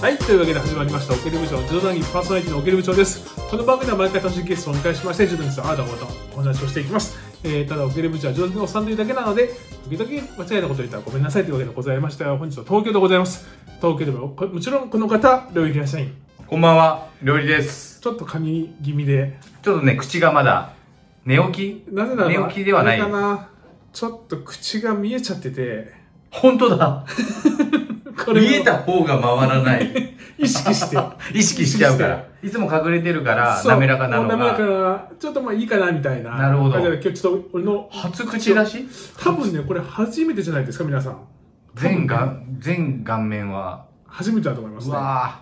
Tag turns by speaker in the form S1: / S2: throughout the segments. S1: はい、というわけで始まりました、オケル部長、冗談にパーソナリティのオケル部長です。この番組では毎回楽しいゲストをお迎えしまして、冗談にさん、あーだこーだお話をしていきます。えーただ、オケル部長は冗談をさんというだけなので、時々間違いなことを言ったらごめんなさいというわけでございました。本日は東京でございます。東京でも、こもちろんこの方、領域が社員。
S2: こんばんは、料理です。
S1: ちょっと噛み気味で、
S2: ちょっとね、口がまだ、寝起き
S1: なぜならば、
S2: 寝起きではない
S1: あれかなちょっと口が見えちゃってて、
S2: 本当だ
S1: こ
S2: 見えた方が回らない。
S1: 意識 して。
S2: 意識しちゃ うから。いつも隠れてるから、
S1: そう
S2: 滑らかなの
S1: 滑らか
S2: が。
S1: なちょっとまあいいかなみたいな。
S2: なるほど
S1: あじゃあ今日ちょっと俺の、
S2: 初口出し
S1: 多分ね、これ初めてじゃないですか、皆さん。
S2: 全顔、全顔面は。
S1: 初めてだと思います
S2: う
S1: ね。
S2: わ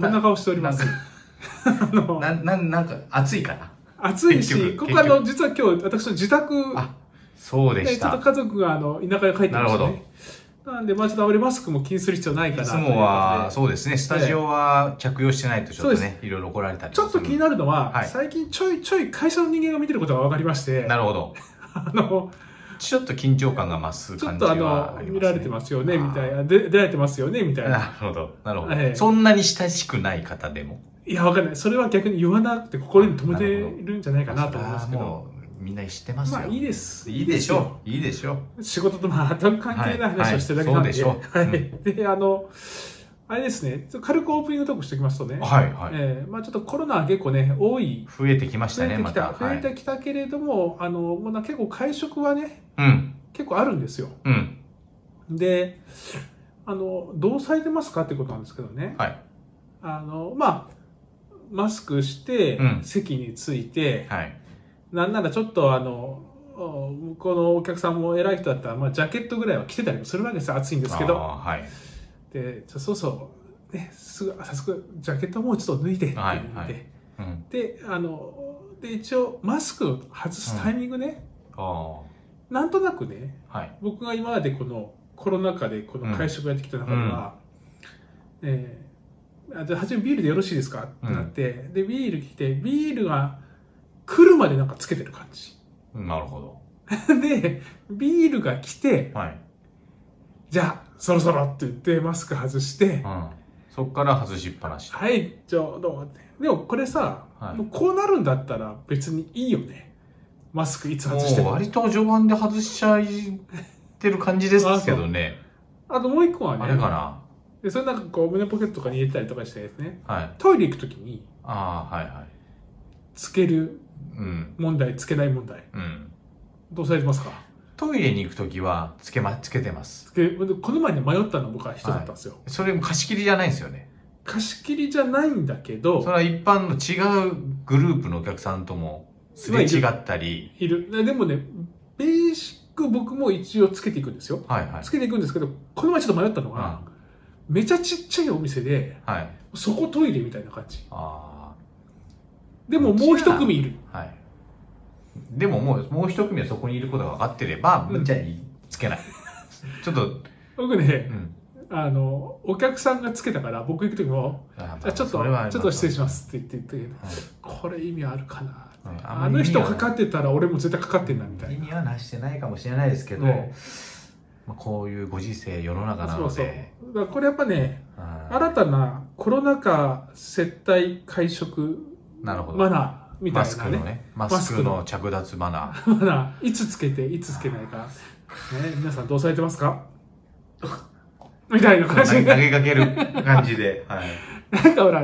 S1: こんな顔しております。あ
S2: ぁ。
S1: の
S2: な、な、なんか、暑いかな。
S1: 暑い
S2: 結
S1: し、こ
S2: 局
S1: こあの、実は今日、私の自宅、ね
S2: あ、そうでし
S1: ちょっと
S2: た。
S1: 家族があの田舎へ帰ってまし
S2: な
S1: た
S2: る
S1: ね。なんで、まあちょっとあまりマスクも気にする必要ないか
S2: い
S1: な
S2: つ
S1: ということで。
S2: もは、そうですね、スタジオは着用してないとちょっとね、いろいろ怒られたり
S1: ちょっと気に
S2: な
S1: なるのは、
S2: はい
S1: 最近ちょいちょい会社の人間が見てることが分かりまして、
S2: なるほど。
S1: あの、
S2: ちょっと緊張感が増す
S1: ちょっ
S2: 感じ
S1: とあ
S2: は
S1: の、
S2: ありますね。
S1: 見られてますよね、
S2: あー
S1: みたいな、で出られてますよね、みたい
S2: なる
S1: な。
S2: ほど。なるほど。
S1: ええ
S2: そんなに親しくない方でも。
S1: いや、わかんない。それは逆に言わなくて心に留めているんじゃないかなと思いますけ
S2: それは
S1: ど。
S2: もう、みんな知ってますよ。
S1: まあいいです。
S2: いいでしょう。いいでしょう。
S1: う。仕事と全く関係ない話をしてるだけなんで。
S2: はいはいそうでしょう
S1: はいで、あの、あれですね、ちょっと軽くオープニングトークしておきますとね、
S2: はいはい。
S1: えーまあちょっとコロナは結構ね、多い。
S2: 増えてきまし
S1: 増
S2: た
S1: え
S2: ね、
S1: て
S2: ま
S1: き
S2: た。
S1: た、増
S2: は
S1: えて
S2: い。
S1: きたけれども、あの、もうな結構会食はね、
S2: うん。
S1: 結構あるんですよ。
S2: うん。
S1: で、あの、どうされてますかってことなんですけどね。
S2: はい。
S1: あの、まあ、マスクして
S2: う、ん
S1: 席について、
S2: はい。
S1: なんならちょっとあの、お向こうのお客さんも偉い人だったら、まあ、ジャケットぐらいは着てたりもするわけですよ、暑いんですけど。
S2: あーはい。
S1: で、じゃあそうそう、ね、すぐ、早速、ジャケットもうちょっと脱いでって言って、
S2: はいはいうん。
S1: で、あの、で、一応、マスクを外すタイミングね、
S2: あ
S1: なんとなくね、
S2: あ。はい。
S1: 僕が今までこのコロナ禍でこの会食をやってきた中では、えーあじゃあ初めビールでよろしいですかってなって、でビール来てビールが来るまでなんかつけてる感じ
S2: なるほど。
S1: でビールが来て
S2: はい。
S1: じゃあそろそろって言ってマスク外して
S2: うん。そっから外しっぱなし。
S1: はいじゃあどうもってでもこれさ、
S2: はい
S1: もうこうなるんだったら別にいいよねマスクいつ
S2: も
S1: 外して
S2: う
S1: も
S2: 割と序盤で外しちゃいてる感じですけどね。
S1: あともう一個はね
S2: あれかな。
S1: でそれなんかこう胸ポケットとかに入れたりとかしてですね
S2: はい。
S1: トイレ行く時に
S2: ああ、はいは
S1: つける
S2: い。うん。
S1: 問題つけない問題
S2: うん。
S1: どうされてますか
S2: トイレに行くときはつけ,、ま、つけてます。
S1: でこの前ね迷ったの僕は人だったんですよ、
S2: それも貸し切りじゃないんですよね。
S1: 貸し切りじゃないんだけ
S2: それ
S1: ど
S2: は一般の違うグループのお客さんともすれ違ったり。
S1: いるででもねベーシック僕も一応つけていくんですよ
S2: はいはい
S1: つ。けていくんですけどこの前ちょっと迷ったのが、めちゃちっちゃいお店で
S2: はい。
S1: そこトイレみたいな感じ
S2: あ
S1: でももう一組いる
S2: あ。はい。でももう、もう一組はそこにいることが分かってれば、
S1: うん
S2: じゃあつけない。 ちょっと、
S1: 僕
S2: う
S1: ね
S2: ん。
S1: あのお客さんがつけたから僕行く時も
S2: あ
S1: 「あちょっとちょっと失礼しま。す」って言って言って
S2: まあそ
S1: これ意味あるかな
S2: れはります
S1: あの人かか
S2: っ
S1: ってたら俺も絶対かかってんなみたい
S2: 意
S1: な
S2: 味はなしてないかもしれないですけど、
S1: ね
S2: まあ、こういうご時世世の中な
S1: そ
S2: の
S1: うそう
S2: で。
S1: だからこれやっぱね
S2: はい
S1: 新たなコロナ禍接待会食
S2: なるほど
S1: マナーみた
S2: マス
S1: いな
S2: ク
S1: ね
S2: のね、
S1: ス
S2: マ
S1: クの
S2: スクの着脱マナ ー。
S1: マナーいつつけていつつけないか、ね、皆さんどうされてますか みたいな感
S2: 投
S1: じ
S2: げ
S1: で
S2: かける感じで。はい。
S1: なんかほら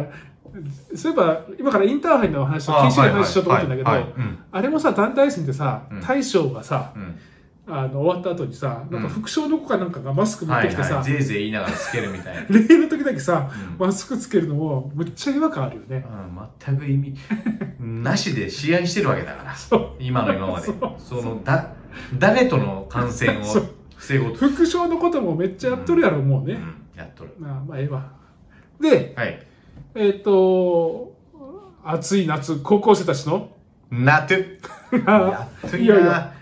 S1: そういえば今からインターハイの話と研修の話しようと思ったんだけど、
S2: はいはいはいうん
S1: あれもさ団体戦でさ、
S2: うん
S1: 大将がさ
S2: うん
S1: あの終わった後にさなんか
S2: うん
S1: 副将の子かなんかがマスク持っ
S2: は
S1: て
S2: い
S1: きてさ、
S2: はい。ぜいぜい言いながらつけるみたいな。
S1: 例の時だけさ
S2: うん
S1: マスクつけるのもむっちゃ違和感あるよね
S2: うん全く意味、なしで試合してるわけだから。
S1: そう
S2: 今の今まで
S1: そう。
S2: その、だ、誰との感染を
S1: そう
S2: 防ごうと。
S1: 副将のこともめっちゃやっとるやろ、もうね、
S2: うんやっとる。
S1: まあ、まあ、ええわ。で、
S2: はい。
S1: えっ、と、暑い夏、高校生たちの、
S2: ナトゥ。やっといいな。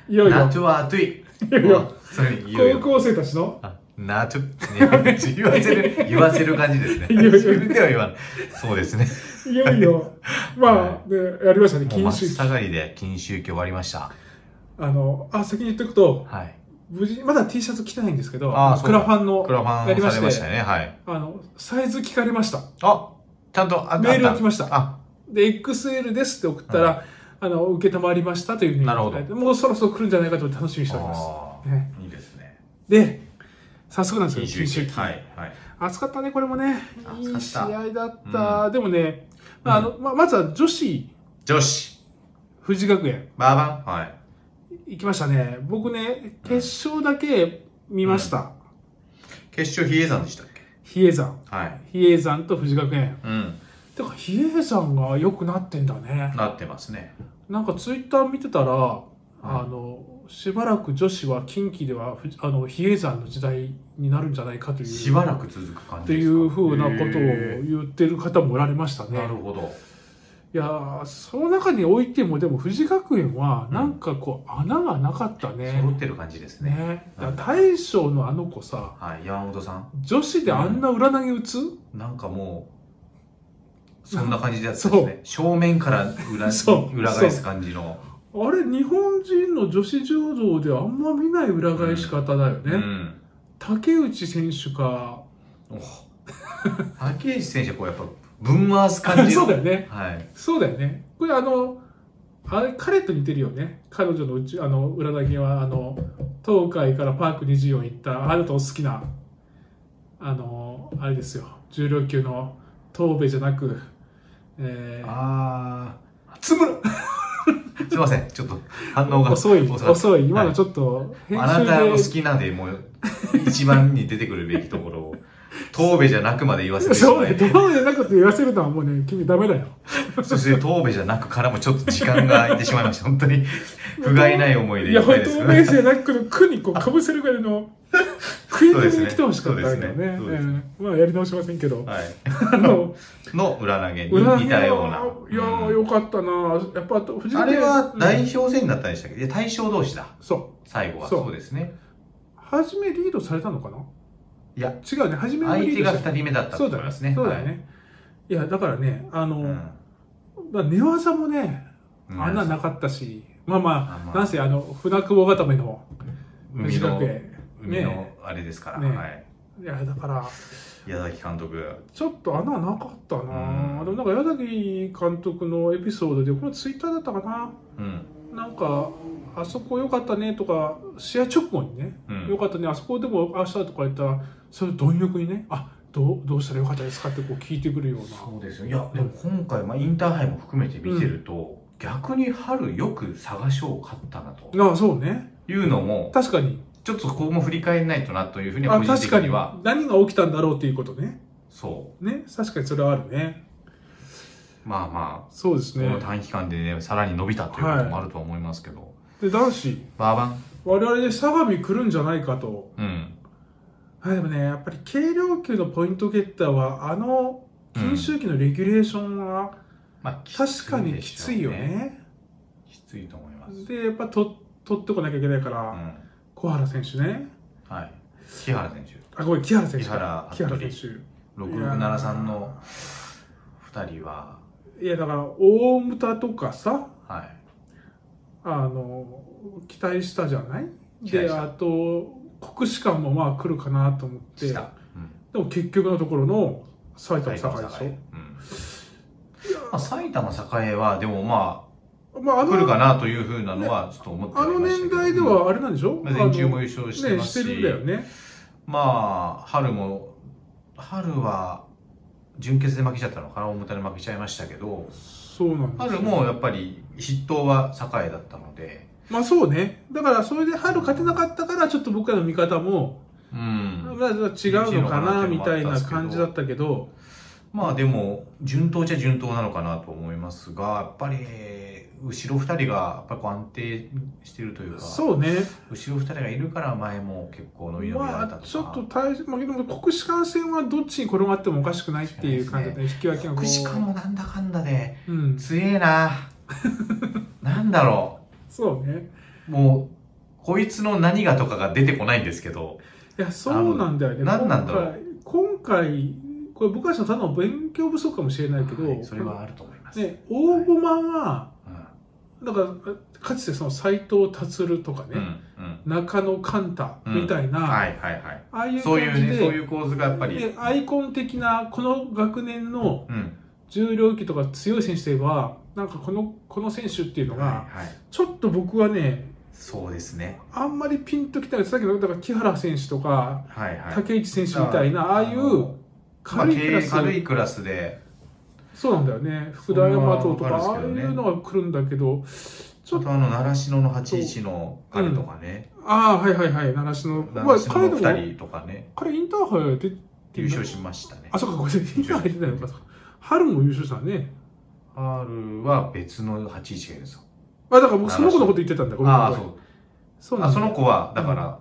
S1: いよいよ
S2: ナトゥは熱い。
S1: いよいよ
S2: そういうのいよいよ
S1: 高校生たちの、
S2: あなちょっと、ね、言わせる、言わせる感じですね。
S1: いやいや
S2: 自分では言わない。そうですね。
S1: いよいよ、まあ、でやりましたね、
S2: もう
S1: 禁
S2: 真っ
S1: 酒期。
S2: 下がりで禁酒期終わりました。
S1: あの、あ、先に言っておくと、
S2: はい。
S1: 無事、まだ T シャツ着てないんですけど、
S2: あーそう
S1: クラファンの
S2: ク、ラファンされましたよね。はい。
S1: あの、サイズ聞かれました。
S2: あ、ちゃんと、あ
S1: メールが
S2: あった
S1: 来ました。
S2: あ、
S1: で、XL ですって送ったら、あの、受けたまりましたというふうに
S2: なるほど
S1: いただいてもうそろそろ来るんじゃないかと楽しみにしております。
S2: あ
S1: ね、
S2: ーいいですね。
S1: で、早速なんですけど、
S2: 禁
S1: 禁
S2: 酒
S1: 酒
S2: 期。
S1: 期。
S2: はい。はい。
S1: 暑かったね、これもね。い
S2: 暑か
S1: い
S2: っ
S1: 試
S2: た
S1: 合だった。でもね、まああのままずは女子、
S2: 女子、
S1: 富士学園、
S2: バーバンはい。
S1: 行きましたね。僕ね、決勝だけ見ました。
S2: 決勝、比叡山でしたっけ
S1: 比叡山。
S2: はい。
S1: 比叡山と富士学園。
S2: うん。
S1: てか、比叡山が良くなってんだね。
S2: なってますね。
S1: なんかツイッター見てたら、あの、しばらく女子は近畿では、ふあの、比叡山の時代になるんじゃないかという。
S2: しばらく続く感
S1: っ
S2: じ
S1: て
S2: で
S1: い
S2: すか
S1: うふうなことを
S2: へ
S1: 言ってる方もおられました
S2: ー
S1: ね
S2: な。るほど。
S1: いやーその中においてもでも富士学園はなんかこう穴がなかった
S2: 揃っ
S1: ね。
S2: てる感じですね。
S1: ねだから大将のあの子さ
S2: はい。山本さん、
S1: 女子であんな裏投げ打つ、
S2: なんかもう、そんな感じでやってたんですね。正面から裏
S1: そ、う
S2: 裏返す感じの。
S1: あれ日本人の女子柔道であんま見ない裏返し方だよね。
S2: うん。
S1: 竹内選手か
S2: お竹内選手はこうやっぱ、ぶん回す感じの。
S1: そうだよね
S2: はい。
S1: そうだよねこれあのあれ彼と似てるよね彼女のうちあの裏投げはあの東海からパーク24行ったあなたお好きなあのあれですよ重量級の東部じゃなくえー
S2: あ
S1: つむら
S2: ー、 すいません。ちょっと反応が
S1: 遅い
S2: かった
S1: 遅い今
S2: は
S1: の
S2: い
S1: ちょっと編
S2: あなたの好
S1: 集で
S2: きなでもう一番に出てくるべきところ を、東部じゃなくまで言わせてし
S1: そう
S2: ま
S1: ね、
S2: い、
S1: 東部じゃなくて言わせるのはもうね、君ダメだよ。
S2: そして東部じゃなくからもちょっと時間が空いてしまいました。本 当に不甲斐ない思いで
S1: い
S2: い
S1: や、
S2: っぱ
S1: 本
S2: いで
S1: 当、
S2: す。
S1: 東名じゃなく、区にこう、かぶせるぐらい の、食い気味に来てほしかったわけだよね。
S2: そうですねそうです
S1: うんまあ、やり直しませんけ ど。
S2: はい。
S1: あの、
S2: の裏投げに
S1: 裏切
S2: 似
S1: りは
S2: たような。
S1: いやー、
S2: うん
S1: よかったなやっぱ、藤
S2: あれは代
S1: うん
S2: 表戦だったんでしたっけいや、対象同士だ。
S1: そう。
S2: 最後は。
S1: そう
S2: そうですね。
S1: 初めリードされたのかない
S2: や、
S1: 違うね。初めも
S2: 相
S1: リ
S2: 手
S1: ード
S2: が
S1: された。
S2: 2人目だったと
S1: そう
S2: 思
S1: だ
S2: い
S1: ね。
S2: ますね。
S1: そうだよね。いや、だからね、あの、
S2: はい。
S1: まあ寝技もね、
S2: うん
S1: あんななかったし、まあま
S2: あ
S1: あ、
S2: まあ
S1: なんせ、あの、船久保固めの、
S2: 海の、
S1: 園。
S2: 海のあれですから。
S1: ね
S2: はい。
S1: いや、だから、
S2: 矢崎監督。
S1: ちょっと穴なかったな、
S2: うん
S1: でもなんか、矢崎監督のエピソードで、このツイッターだったかな
S2: うん。
S1: なんか、あそこ良かったねとか、試合直後にね、
S2: うん
S1: よかったね、あそこでも明日とか言ったら、それ貪欲にね、あどうどうしたらよかったですかってこう聞いてくるような。
S2: そうですよいやでも今回、まあ、インターハイも含めて見てると、逆に春よく探しを勝ったなと
S1: ああそうね。
S2: いうのも
S1: 確かに。
S2: ちょっとここも振り返らないとなというふうには
S1: あ
S2: 個人
S1: 確
S2: 的
S1: か
S2: に
S1: に
S2: は。
S1: 何が起きたんだろうっていうことね。
S2: そ
S1: ね。確かにそれはあるね。
S2: うまあま
S1: そうです
S2: あ、こ
S1: ね
S2: の。短期間でねさらに伸びたということもあるとは思いますけど、
S1: で、男子、
S2: バーバン
S1: 我々で相模来るんじゃないかと。
S2: うん
S1: あでもね、やっぱり軽量級のポイントゲッターは、あの、禁周期のレギュレーションは、
S2: まあ
S1: 確かにきついよ
S2: でしょう
S1: ね。
S2: きついと思います
S1: で、やっぱと取ってこなきゃいけないから、
S2: うん
S1: 小原選手ね。
S2: はい木原選手
S1: あ、ごめん、木原選手
S2: 木原
S1: か。木原選手。
S2: 6673の2人はい
S1: や、だから、大牟田とかさ、
S2: はい
S1: あの、期待したじゃない
S2: 期待
S1: で、
S2: した
S1: あと、国士舘もまあ来るかなと思って、
S2: し
S1: で
S2: た、うん
S1: も結局のところの埼玉栄でし
S2: 埼玉栄うんまあ、埼玉栄は、でもま
S1: ょ。まあ、あ
S2: あ、来る
S1: の、
S2: かなというふうなのは、ちょっと思って
S1: あ
S2: はい
S1: の
S2: ました
S1: 年
S2: けど
S1: 代で、はあれなんでしょ、
S2: うん
S1: あ
S2: まあ
S1: の
S2: 全中も優勝して
S1: ね、
S2: ま
S1: し
S2: す
S1: て
S2: し、
S1: るんだよね。
S2: まあ、春も、春は、準決で負けちゃったのかな、大牟田で負けちゃいましたけど、
S1: そうなんですよ
S2: 春もやっぱり筆頭は栄だったので、
S1: まあそうね。だから、それで春勝てなかったから、ちょっと僕らの見方も、
S2: うん。
S1: まあ、違うのかな、みたいな感じだったけど、
S2: まあでも、順当じゃ順当なのかなと思いますが、やっぱり、後ろ二人がやっぱりこう安定してるというか、
S1: そうね。
S2: 後ろ二人がいるから前も結構伸び伸びだったと
S1: ま
S2: か
S1: あ、、ちょっと大事、まあ、でも国士舘戦はどっちに転がってもおかしくないっていう感じで、引き分けがこう
S2: 福士かもなんだかんだで
S1: うん、
S2: 強えななんだろ
S1: そうね。
S2: うもうこいつの何がとかが出てこないんですけど
S1: いや、そうなんだよね。
S2: あの何なんだろう
S1: 今回、今回これ僕はただの勉強不足かもしれないけど、
S2: はいそれはあると思います、
S1: ね、大駒は、
S2: うん
S1: だから、かつてその斎藤達とか
S2: うん
S1: ね、
S2: うん
S1: 中野寛太みたいな、あ
S2: はいはいはい。
S1: あいう
S2: そういう
S1: 感じ
S2: ね、
S1: で
S2: そういう構図がやっぱり。
S1: でアイコン的なこの学年の
S2: うん。
S1: 重量級とか強い選手といえばなんかこのこの選手っていうのが
S2: はいはい。
S1: ちょっと僕はね
S2: そうですね。
S1: あんまりピンときたりさっきのだから木原選手とか
S2: はいはい。
S1: 竹内選手みたいなああいう軽いクラス
S2: まあ軽いクラスで、
S1: そうなんだよね福田山と
S2: そ
S1: と
S2: れ
S1: か
S2: は
S1: あ
S2: わ
S1: あ
S2: か
S1: い
S2: るんですけど
S1: う
S2: ね
S1: のが来るんだけどち
S2: ち
S1: ょ
S2: ょ
S1: っ
S2: っ
S1: と
S2: とあの、習志野の811の彼とかね、
S1: ああはいはいはい習志野まあ
S2: 習志
S1: 彼
S2: 野の
S1: でも
S2: 2人とかね、
S1: 彼インターハイ出て
S2: 優勝しましたね
S1: あ。そうかごめんなさいインターハイ出てないのかそうか春も優勝したね
S2: 春は別の811がいるんですよ。
S1: あだから僕その子のこと言ってたんだごめん
S2: ああ、
S1: な
S2: そ。
S1: さいうそうな
S2: あ
S1: んだ
S2: その子は、だから、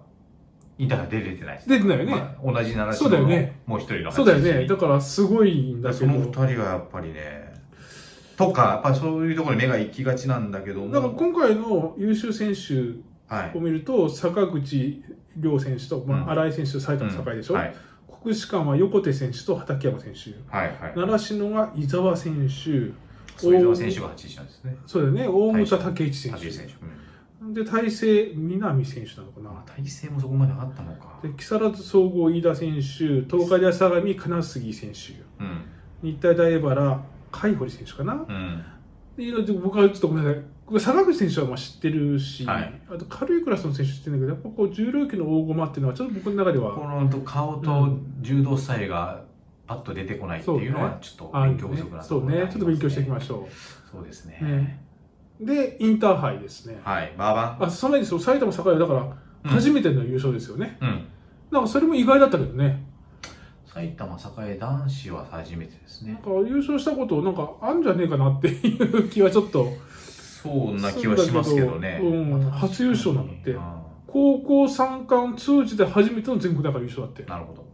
S2: インターハイ出れてないです。
S1: 出てないよね、
S2: まあ同じ習志
S1: そう
S2: 野
S1: だよ
S2: の
S1: ね
S2: もう一人の811
S1: そうだよねだからすごいんだけ
S2: そ
S1: ど
S2: の二人はやっぱりね、とか、やっぱりそういうところに目が行きがちなんだけども、
S1: だから今回の優秀選手
S2: はい
S1: を。見ると坂口亮選手と、ま
S2: うん
S1: あ、新井選手と埼玉栄でしょ、
S2: うんはい。
S1: 国士舘は横手選手と畠山選手
S2: はいはい。
S1: 習志野は伊沢選手
S2: そういう選手が8位なんですね。
S1: そうだよね大牟田武一選
S2: 武井選
S1: 手
S2: 手。うん
S1: で大勢南選手なのか
S2: ま
S1: な
S2: あ、体勢もそこまであったのか。
S1: で木更津総合飯田選手東海大相模金杉選手
S2: うん。
S1: 日体大荏原海堀選手かな、
S2: うん。
S1: で僕はちょっとごめんなさい僕坂口選手はまあ知ってるし、
S2: はい
S1: あと軽いクラスの選手知ってるんだけどやっぱこう重量級の大駒っていうのはちょっと僕の中では
S2: この顔と柔道スタイルがパッと出てこないっていうのは、ちょっと
S1: ある
S2: 勉
S1: ね
S2: 強不足なと
S1: そ
S2: こ
S1: う
S2: ろがあ
S1: ねち
S2: ります
S1: ょっと勉強していきましょ
S2: そうですね
S1: ね。うでインターハイですね、
S2: はい。バーバ
S1: あさらにそう埼玉栄はだから
S2: ン。
S1: 初めての優勝ですよね、
S2: うん。
S1: なんかそれも意外だったけどね
S2: 埼玉栄男子は初めてです
S1: なん
S2: ね。
S1: か優勝したことなんかあんじゃねえかなっていう気はちょっと
S2: そんな気はしますけどね。
S1: うん初優勝なんて
S2: う
S1: 高校三冠通じて初めての全国大会優勝だって、
S2: なるほど。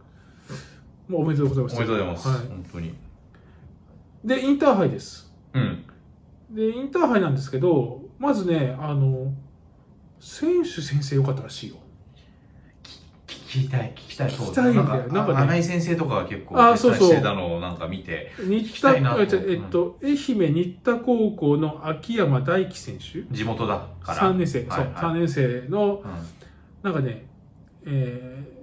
S1: まあ、おめでとうござい
S2: お
S1: ま
S2: め
S1: す
S2: でとうございます。
S1: は
S2: 本当に。
S1: い、でインターハイです
S2: うん。
S1: で、インターハイなんですけど、まずね、あの、選手先生良かったらしいよ。
S2: 聞きたい、聞きたい。そう
S1: 聞きたいんだよなんかね
S2: 新井先生とかが結構、
S1: あそうそう
S2: してたのをなんか見て、き
S1: 新田、
S2: たいなと
S1: えっとえっと、愛媛新田高校の秋山大輝選手、
S2: 地元だから。
S1: 3年生、
S2: はいはい
S1: そう、3年生の、
S2: うん
S1: なんかね、えー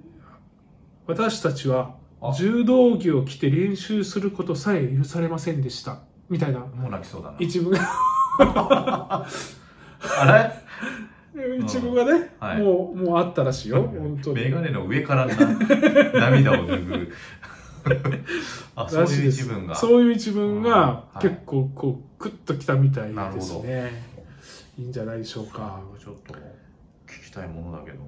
S1: 私たちは
S2: あ
S1: 柔道着を着て練習することさえ許されませんでした。みたいな
S2: もう泣きそうだな。
S1: 一文が、
S2: あ
S1: 一文がね、
S2: れはい。
S1: もう、もうあったらしいよ、本当に。
S2: メガネの上からな涙を拭 う。あ、そう
S1: らしい
S2: いう
S1: です
S2: 一文が。
S1: そういう一文が
S2: うん
S1: 結構こうグッときたみたい
S2: なる
S1: で
S2: ほ
S1: す
S2: ど
S1: ね、い、いんじゃないでしょうか
S2: ちょっと聞きたいものだけど。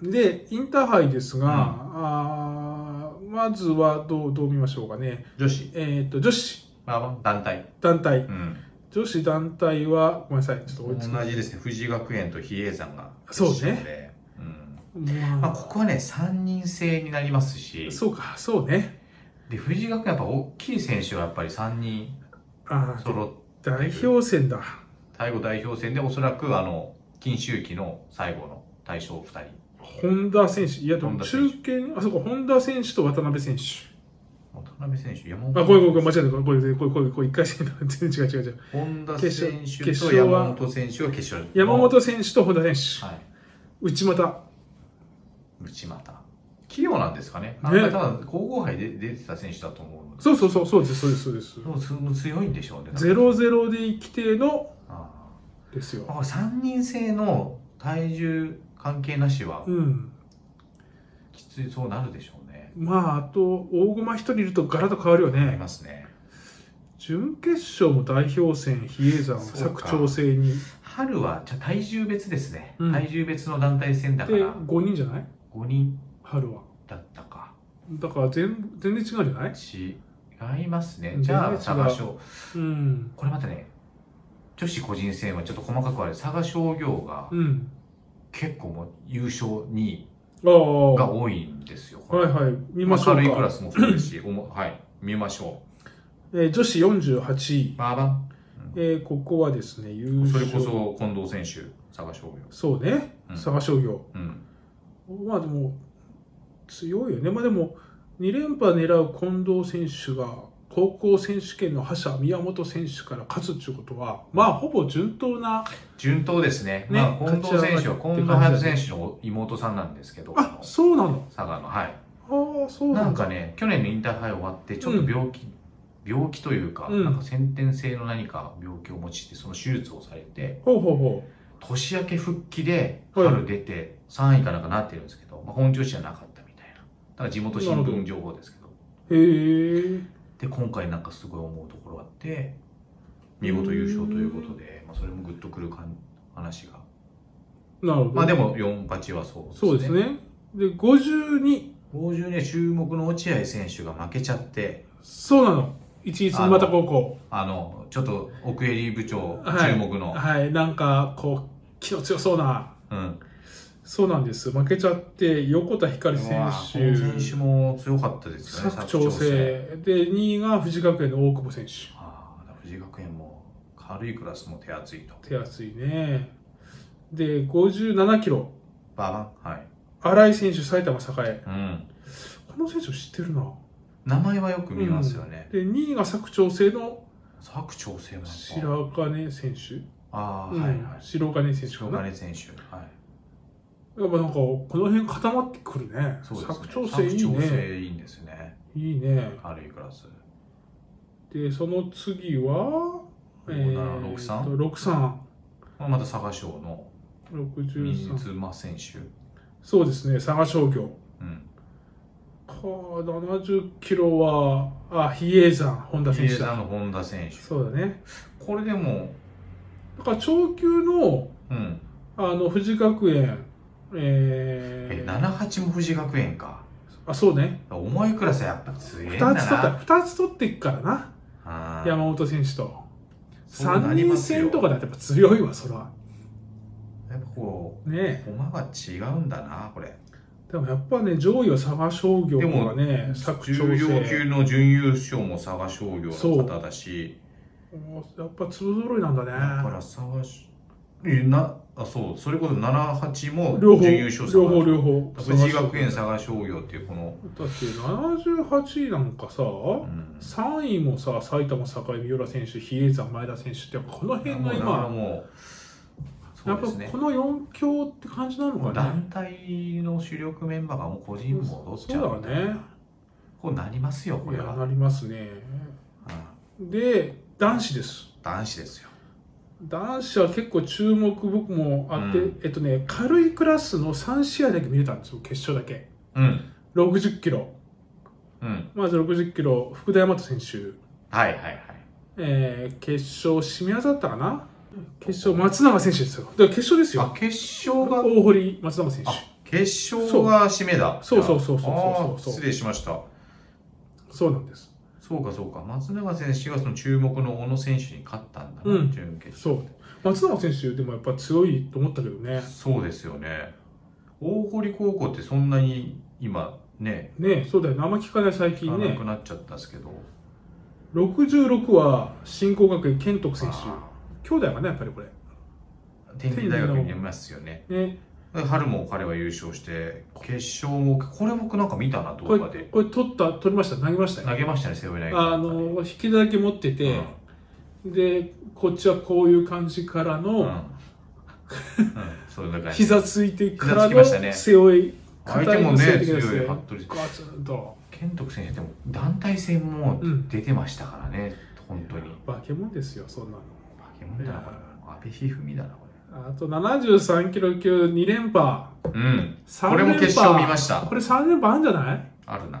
S1: でインターハイですが、あーまずはどうどう見ましょうかね、
S2: 女子、
S1: えー、と女子
S2: まあまあ、団体。
S1: 団体
S2: うん。
S1: 女子団体はごめんなさいちょっと追いつく
S2: 同じですね。富士学園と比叡山が。
S1: そうね
S2: ね。うん。ま
S1: まあ
S2: あ、ここはね、3人制になりますし、
S1: そうかそうね
S2: で、富士学園やっぱ大きい選手はやっぱり3人
S1: あー
S2: 揃って、
S1: 代表戦だ
S2: 最後代表戦でおそらくあの、金秋期の最後の対象2人。
S1: 本田選手いやで
S2: 本
S1: も
S2: 田
S1: 中
S2: 選手
S1: 堅あそうか本田選手と渡辺選手
S2: 渡辺選手、山本
S1: あこれこれこれ間違えたこれこれこれこれこれ一回戦だ全然違う違う違う
S2: 本田選手
S1: 決
S2: と
S1: 勝は
S2: 山本選手は決勝
S1: 山本選手と本田選手、
S2: はい
S1: 内股
S2: 内股器用なんですかねなん
S1: ね
S2: か多分皇后杯で出てた選手だと思うので
S1: そうそうそうそうですそうですそうです
S2: でもすごい強いんでしょうね
S1: ゼロゼロで規定の
S2: あ
S1: ですよ
S2: あ3人制の体重関係なしは
S1: うん
S2: きついそうなるでしょうね
S1: まああと大駒一人いるとガラッと変わるよ
S2: あり
S1: ね
S2: ますね
S1: 準決勝も代表戦比叡山
S2: そう
S1: 佐
S2: か
S1: 久長聖に
S2: 春はじゃあ体重別ですね、
S1: うん
S2: 体重別の団体戦だか
S1: で
S2: ら
S1: 5人じゃない
S2: 5人
S1: 春は
S2: だったか
S1: だから全全然違うじゃない
S2: 違いますね
S1: うん
S2: じゃ
S1: 全
S2: あ
S1: 然
S2: 佐
S1: 違う
S2: 賀賞
S1: うん
S2: これまたね女子個人戦はちょっと細かくある佐賀商業が
S1: うん
S2: 結構もう優勝2
S1: ああ
S2: 位が
S1: は
S2: 多いんですよ。
S1: いはい見ましょう
S2: 軽いクラ
S1: か、
S2: スもそうですし、おもはい、見ましょ
S1: えー女子48
S2: う。
S1: 位、
S2: バーバン。
S1: えーここはですね優
S2: そ
S1: 勝
S2: れこそ近藤選手、佐賀商業。
S1: そうね
S2: うん
S1: 佐賀商業、
S2: うん。
S1: まあでも強いよね、まあ、でも2連覇狙う近藤選手が高校選手権の覇者、宮本選手から勝つということは、まあ、ほぼ順当な、
S2: 順当ですね。
S1: ね
S2: まあ、近藤選手
S1: 勝ち上が
S2: は
S1: って
S2: 近藤隼人選手の妹さんなんですけど、
S1: あ
S2: あの
S1: そうなの、
S2: 佐賀の、はい。
S1: ああ、そうな
S2: なんん
S1: だ、
S2: かね、去年のインターハイ終わって、ちょっと病気、病気というか、
S1: うん
S2: なんか先天性の何か病気を持ちして、その手術をされて、
S1: ほうほうほ
S2: 年明け復帰で
S1: はい
S2: 春出て、3位かなんかなってるんですけど、まあ、本調子じゃなかったみたいな。だから地元新
S1: なるほど
S2: 聞情報ですけど。
S1: う、へえ、
S2: で、今回なんかすごい思うところあって、見事優勝ということで、まあ、それもグッとくる感話が。
S1: なるほど、
S2: まあでも、4、8はそうですね。
S1: そうですね、で52、
S2: 50ね、注目の落合選手が負けちゃって、
S1: そうなの、1位、
S2: あの
S1: また高校、
S2: あの、ちょっと奥襟部長、
S1: はい
S2: 注目の、
S1: はい、なんか、こう、気の強そうな、
S2: うん。
S1: そうなんです、負けちゃって、横田光
S2: う
S1: 選
S2: わこ
S1: 手、
S2: の選手も強かったですよね、
S1: 佐久長聖、で、2位が藤学園の大久保選手。
S2: ああ、藤井学園も軽いクラスも手厚いと。
S1: 手厚いね。で、57キロ、
S2: ババンはい。
S1: 新井選手、埼玉栄。
S2: うん。
S1: この選手知ってるな。
S2: 名前はよく見ますよね。
S1: で、2位が佐久長聖の
S2: 佐久長聖もなんか
S1: 白金選手。
S2: ああ、
S1: うん
S2: はいはい。
S1: 白金選手か
S2: 塩
S1: な。や
S2: 金選手。はい。
S1: っぱなんか、この辺固まってくるね。
S2: そうですね
S1: 佐久長聖いい
S2: 佐久長
S1: ね。
S2: 聖いいんですね。
S1: いいね。
S2: 軽いクラス。
S1: で、その次は、
S2: 5763
S1: 63。
S2: まあまた佐賀賞の水
S1: 63。
S2: 妻選手。
S1: そうですね、佐賀商業。
S2: うん。
S1: か70キロは、あ、比叡山、本田選手
S2: 比叡山
S1: だ。
S2: の本田選手。
S1: そうだね。
S2: これでも、
S1: だから、長級の、
S2: うん。
S1: あの、富士学園、え
S2: え、
S1: ー、
S2: 78も富士学園か。
S1: あ、そうね。
S2: 重いクラスはやっぱ強いんだ
S1: 二
S2: な。
S1: つ取った、二つ取っていくからな。
S2: あー
S1: 山本選手と。
S2: そうな
S1: 三
S2: りま
S1: 人
S2: すよ
S1: 戦とかだってやっぱ強いわ、そら。
S2: やっぱこ
S1: ね
S2: う、駒が違うんだな、これ。
S1: えでもやっぱね、上位は佐賀商業とかね、佐
S2: 重
S1: 久長
S2: 量級
S1: 聖。
S2: の準優勝も佐賀商業の方だし、
S1: もうやっぱ粒揃いなんだね。
S2: だから佐賀し、えなあそう、それこそ78も
S1: 両方、
S2: 準優勝佐
S1: 両方、
S2: 賀
S1: 両方。
S2: 富士学園
S1: 佐賀商
S2: 佐賀商業っていうこの、
S1: 業だって78位なんかさ、
S2: うん、
S1: 3位もさ、埼玉栄三浦選手、比叡山前田選手って、やっぱこの辺が
S2: だ
S1: 今、
S2: からもう、そ
S1: やっ
S2: うで
S1: ぱ
S2: すね
S1: こ。の4強って感じなの
S2: もう
S1: かね
S2: 団。体の主力メンバーがもう個人も戻っちゃう
S1: そうだね。
S2: こうなりますよ、こ
S1: い
S2: れ
S1: や、
S2: は。
S1: なりますね。
S2: うん
S1: で、男子です。
S2: 男子ですよ。
S1: 男子は結構注目、僕もあって、
S2: うん
S1: えっとね、軽いクラスの3試合だけ見れたんですよ、決勝だけ。
S2: うん。
S1: 60キロ。
S2: うん。
S1: まず60キロ、福田大和選手。
S2: はいはいはい。
S1: えー、決勝、清水だったかな決勝、松永選手ですよ。だから決勝ですよ。
S2: あ、決勝が、
S1: 大堀、松永選手
S2: あ。決勝が締めだ。
S1: そうそうそうそうそう
S2: あー
S1: そうそう
S2: 失礼しました。
S1: そうなんです。
S2: そうかそうか。松永選手がその注目の小野選手に勝ったんだな、
S1: うん
S2: 準決
S1: そう。松永選手、でもやっぱ強いと思ったけどね。
S2: そうですよね。大堀高校ってそんなに今ね、
S1: ねそうだよね。あんま聞かない最
S2: 聞
S1: 近
S2: かな
S1: ね
S2: く。なっちゃったんですけど。
S1: 66は新興学園健徳選手
S2: あ
S1: 兄弟がねやっぱりこれ、
S2: ー天理大学にいますよね。
S1: ね、
S2: 春も彼は優勝して、決勝も、これ僕なんか見たな、
S1: こ
S2: 動画
S1: れ
S2: で。
S1: これ取った取りました投げましたよ
S2: 投げましたね、背負い投げ。
S1: あの引きだけ持って
S2: うん、
S1: て、でこっちはこういう感じから
S2: うん。う
S1: の、
S2: ん、そういう 感じ。
S1: 膝ついてから
S2: 膝つきま
S1: の
S2: したね
S1: 背負い
S2: 相手も
S1: 硬いの
S2: ね、強
S1: 背負い
S2: い、
S1: 的なやつ
S2: 服部
S1: ガツンと
S2: 健徳選手でも団体戦も
S1: うん
S2: 出てましたからね、本当に。
S1: 化け物ですよそんなの
S2: 化け物だな、これ。阿部一二三だな、こ
S1: あと73キロ級2連覇
S2: れ。うん。
S1: 3
S2: これ
S1: 連覇
S2: も決勝見ました。
S1: これ3連覇あるんじゃないい
S2: あるな。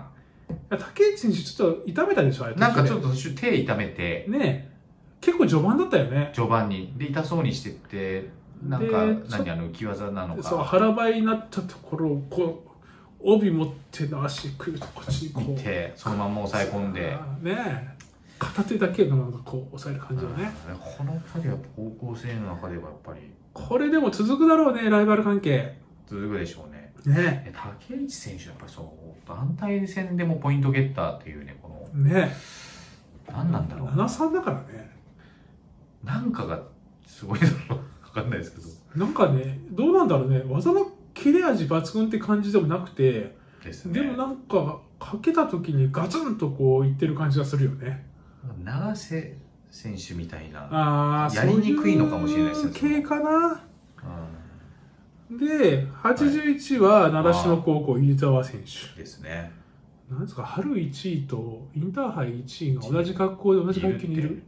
S1: や竹内選手ちょっと痛めたでしょあれ
S2: なんかちょっ
S1: と
S2: と途中手痛めて、
S1: ね結構序盤だったよね
S2: 序盤に。で、痛そうにしてって、なんか
S1: で、ちょ
S2: 何あの、浮き技なの
S1: そう
S2: か。
S1: 腹ばいになったところをこう帯持っての足くるとこっちにこ
S2: 見
S1: う
S2: て、そのまま抑え込んで。
S1: ねえ片手だけのなんかこう押さえる感じよね、
S2: うんこの二人は高校生の中ではやっぱり
S1: これでも続くだろうねライバル関係
S2: 続くでしょうね。
S1: ね
S2: え竹内選手、やっぱりそう、団体戦でもポイントゲッターっていうね、この、
S1: えね
S2: 何なん
S1: え
S2: だろう。
S1: 73だからね
S2: なんかがすごいだろう。わかんないですけど。
S1: なんかねどうなんだろうね技の切れ味抜群って感じでもなくて
S2: ですね。
S1: でもなんかかけた時にガツンとこういってる感じがするよね
S2: 永瀬選手みたいな、
S1: ああ
S2: やりにくいのかもしれないですね
S1: そういう系かな
S2: う
S1: で81は習志野高校飯沢選手
S2: ん、ですね。
S1: なんですか春1位とインターハイ1位が同じ格好で同じ階級にいる
S2: って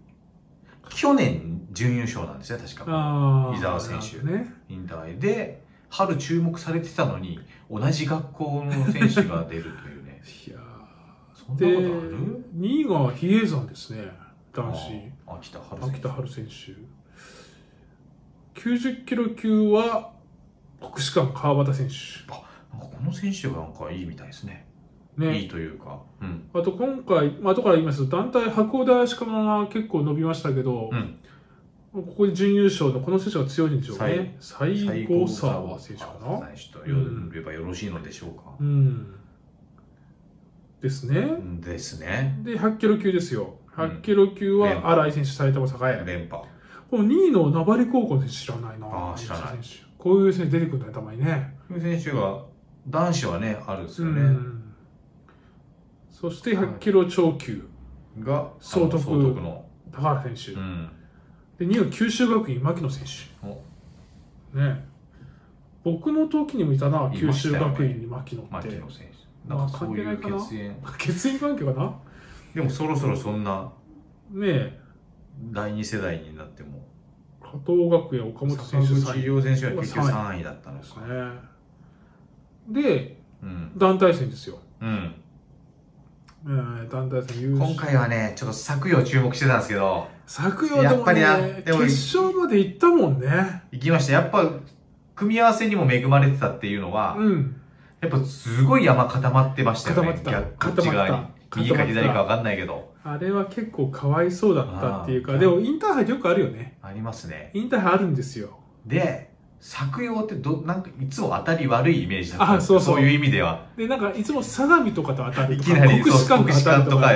S2: 去年準優勝なんですね、確か。
S1: ああ
S2: 飯沢選手
S1: なるほどね。
S2: インターハイで、春注目されてたのに、同じ学校の選手が出るというね
S1: いや
S2: そん
S1: ー
S2: な
S1: で
S2: ことある
S1: 2位が比叡山ですね男子
S2: あ秋田春選手
S1: 秋田春選手90キロ級は国士舘川端選手
S2: なんかこの選手がなんかいいみたいですね。
S1: ね
S2: いいというか。うん。
S1: あと今回、まあ後から言いますと団体白大足釜が結構伸びましたけど
S2: う、ん。
S1: ここで準優勝のこの選手が強いんでしょうね。
S2: 最
S1: 最
S2: 高
S1: 高
S2: 沢
S1: 沢選
S2: 選手
S1: 手
S2: か
S1: かな。
S2: なと呼べばよろしいのでしょうか。
S1: うん。ですね。
S2: ですね。
S1: で、100キロ級ですよ。
S2: うん
S1: 100キロ級
S2: ね
S1: は新井選手、埼玉栄。
S2: 連覇。
S1: この2位の名張高校の選手知らないな。
S2: あー知らない
S1: 選手こういう選手出てくるんだね、たまにね。
S2: この選手が、男子はね、あるんです
S1: う
S2: よね。
S1: ん。そして100キロ超級、
S2: が、あの
S1: 総督
S2: 総督の。
S1: 高原選
S2: う
S1: 手。
S2: ん。
S1: で、2位は九州学院、牧野選手。
S2: お
S1: ね僕の時にもいたな、
S2: い
S1: 九
S2: まし
S1: 州
S2: たよね
S1: 学院に牧野っ
S2: 牧
S1: て。
S2: 野選手。なんかそういう
S1: まあ関係ないかな
S2: 血縁。
S1: 血縁関係かな
S2: でもそろそろそんな
S1: ねえ、
S2: 第二世代になっても、
S1: 加藤学園、岡本
S2: 坂
S1: 選手
S2: 口
S1: 3位
S2: 洋選手は結局
S1: 三
S2: 3位だったの
S1: です
S2: か
S1: ね。。で、
S2: うん。
S1: 団体戦ですよ。
S2: うん。
S1: えー団体戦優
S2: 今
S1: 勝。
S2: 回はね、ちょっと作業注目してたんですけど、
S1: 昨夜で
S2: やっぱ
S1: も
S2: り
S1: ね
S2: なで
S1: 決
S2: も
S1: 勝まで行ったもんね。
S2: 行きました。やっぱ、組み合わせにも恵まれてたっていうのは、
S1: うん。
S2: やっぱすごい山固まってましたよね。
S1: 固まってた
S2: 逆こっち側に
S1: 固まっ。た
S2: 右か左か分かんないけど。
S1: あれは結構かわいそうだったっていう
S2: あー
S1: か、でもインターハイってよくあるよね。
S2: ありますね。
S1: インターハイあるんですよ。
S2: で、作用ってど、なんかいつも当たり悪いイメージだったんです
S1: あそうそう
S2: そういう意味では。
S1: で、なんかいつも相模とかと当たる
S2: い
S1: と
S2: き
S1: か、
S2: なり
S1: 国士舘と
S2: 国士
S1: 当たる
S2: 舘
S1: と
S2: と
S1: か
S2: か、、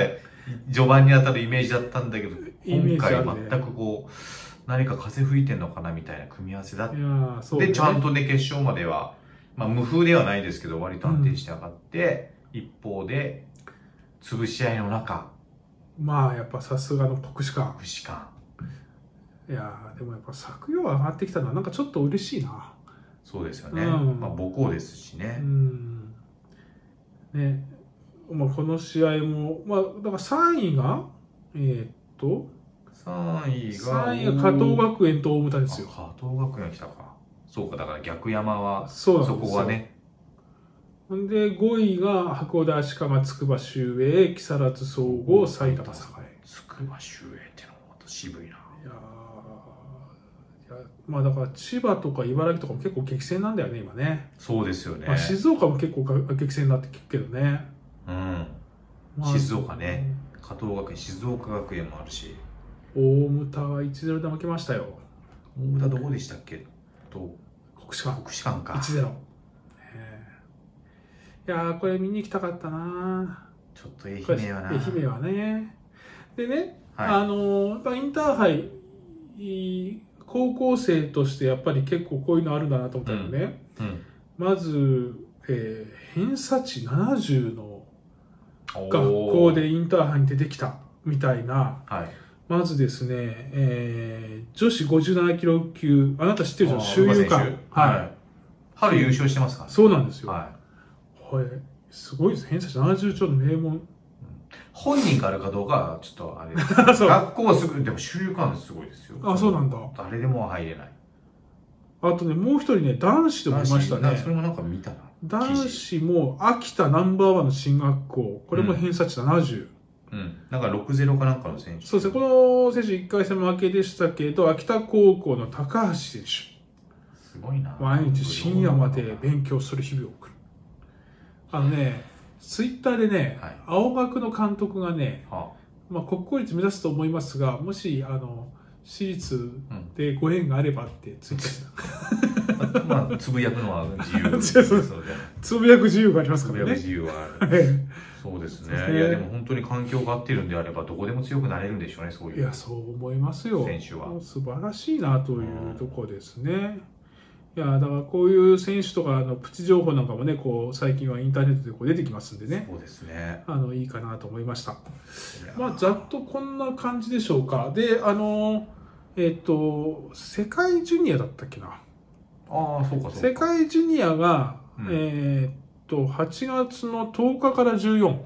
S2: 序盤に当たるイメージだったんだけど、
S1: イメ
S2: 今
S1: ージあ
S2: 回
S1: るね
S2: 全くこう、何か風吹いてんのかなみたいな組み合わせだっ
S1: いやーそうだ
S2: で、
S1: ね
S2: ちゃんとね、決勝までは、まあ、無風ではないですけど、割と安定して上がって、一方で、潰し合いの中、
S1: まあやっぱさすがの国士舘
S2: 不死感。
S1: いやーでもやっぱ昨夜上がってきたのはなんかちょっと嬉しいな
S2: そうですよね。
S1: うん
S2: まあ、母校ですし
S1: う
S2: ね。
S1: んねまあこの試合もまあだから3位がえーっと
S2: 3位が、
S1: 3位が加藤学園と大牟田ですよ
S2: あ加藤学園来たか。そうか、だから逆山は、
S1: そうな
S2: そ
S1: んですよ
S2: こはね、
S1: ほんで5位が函館足利つくば秀英木更津総合埼玉栄
S2: つくば周辺ってのもまた渋
S1: い
S2: いな。
S1: やーいやまあだから千葉とか茨城とかも結構激戦なんだよね今ね、
S2: そうですよね
S1: まあ、。静岡も結構が激戦になって聞くけどね、
S2: うん。
S1: まあ
S2: 静岡ね加藤学園、静岡学園もあるし、
S1: 大牟田は1-0で負けましたよ
S2: 大牟田どこでしたっけと、
S1: 国士舘
S2: 国士舘か。
S1: 1-0、ねえいやーこれ見に行きたかったな
S2: ちょっと愛
S1: これ
S2: 媛はな。
S1: 愛媛はねでね、
S2: はい。
S1: あのーまあインターハイいい高校生としてやっぱり結構こういうのあるんだなと思ったのね、
S2: うん
S1: まず、えー偏差値70の学校でインターハイに出てきたみたいな
S2: おー。はい。
S1: まずですね、えー女子57キロ級、あなた知ってるじゃん、
S2: あー
S1: 周遊
S2: 馬
S1: 館
S2: 選。手
S1: はい、
S2: い。春優勝してますからね
S1: そうなんですよ。
S2: は
S1: はい、すごいです。偏差値70兆の名門。。
S2: い。本人があるかどうかはちょっとあれです
S1: そう
S2: 学校はすごい、でも周遊館すごいですよ。
S1: あ、そうなんだ。
S2: 誰でもは入れない。
S1: あとね、もう一人ね、男子でもいました
S2: 男子それ
S1: ね。
S2: もなんか見たな。
S1: 男子も秋田ナンバーワンの進学校、これも偏差値70。
S2: うん。なんか6-0かなんかの選手。
S1: そうですね、この選手1回戦負けでしたけど、秋田高校の高橋選手。
S2: すごいな。
S1: 毎日深夜まで勉強する日々を送るあのねツイッターでね、
S2: はい
S1: 青学の監督がね、
S2: は
S1: まあ、国公立目指すと思いますがもしあの私立でご縁があればってツイッターした、
S2: あまあ、つぶやくのは自由。
S1: そう そう
S2: そうで
S1: つぶやく自由があります
S2: つ
S1: か
S2: ぶ
S1: ら
S2: や
S1: ね
S2: く自由はある。そうです
S1: そ
S2: ね。
S1: うですね
S2: いや、でも本当に環境が合ってるんであれば、どこでも強くなれるんでしょうね、そうい
S1: いうや。そう思いますよ
S2: 選手は
S1: もう素晴らしいなというところですね、いやーだからこういう選手とかのプチ情報なんかもねこう最近はインターネットでこう出てきますんでね
S2: そうですね。
S1: あのいいかなと思いました。
S2: いや
S1: まあ、ざっとこんな感じでしょうか。で、あの、えっ、と、世界ジュニアだったっけな。
S2: ああ、そうか、そ
S1: 世
S2: うか。
S1: 界ジュニアが、
S2: うん
S1: えっと、8月の10日から14。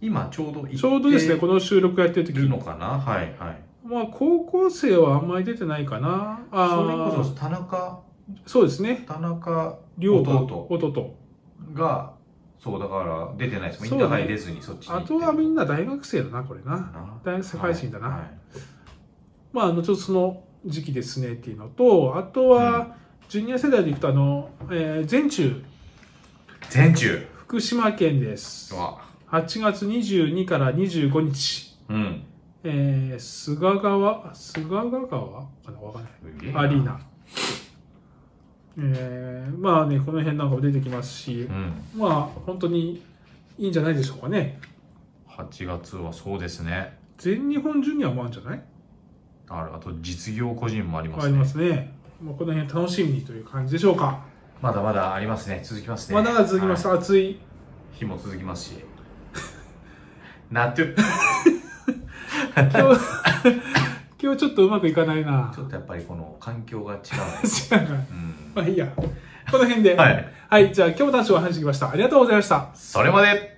S2: 今、ちょうど行って
S1: ちょうどですね、この収録やってる時
S2: るのかなはい、はい。
S1: まあ、高校生はあんまり出てないかな。
S2: それこ
S1: あ
S2: そ、
S1: そ
S2: 田中、
S1: そうですね。
S2: 田中
S1: 両方
S2: 弟
S1: 弟。
S2: が、そう、だから、出てないです。イ
S1: そ
S2: ン
S1: うね
S2: ターハイ出ずに、そっちに行
S1: あ
S2: って
S1: とはみんな大学生だな、これな。
S2: な
S1: 大学世界人だな。
S2: はい
S1: まあ、あのちょっとその時期ですねっていうのと、あとは、ジュニア世代でいくと、あの、えー全中、
S2: 全中
S1: 福島県です。
S2: は、
S1: 8月22から25日、
S2: うん。
S1: えー、菅川、菅川川かなわかんない。
S2: すげえな
S1: アリー。ナ。えー、まあね、この辺なんかも出てきますし
S2: う、ん。
S1: まあ、本当にいいんじゃないでしょうかね。
S2: 8月はそうですね。
S1: 全日本ジュニアもあるんじゃない
S2: あるあと、実業個人もあります
S1: あ
S2: ね。
S1: りますね。まあ、この辺楽しみにという感じでしょうか。
S2: まだまだありますね。続きますね。
S1: まだまだ続きます。
S2: はい
S1: 暑い。
S2: 日も続きますし。 なって、
S1: 今日、今日ちょっとうまくいかないな
S2: ち。ょっとやっぱりこの環境 が違う。
S1: 違うな
S2: うん。
S1: まあいいや。この辺で。
S2: はい。
S1: はい、じゃあ今日の話を話してきました。ありがとうございました。
S2: それまで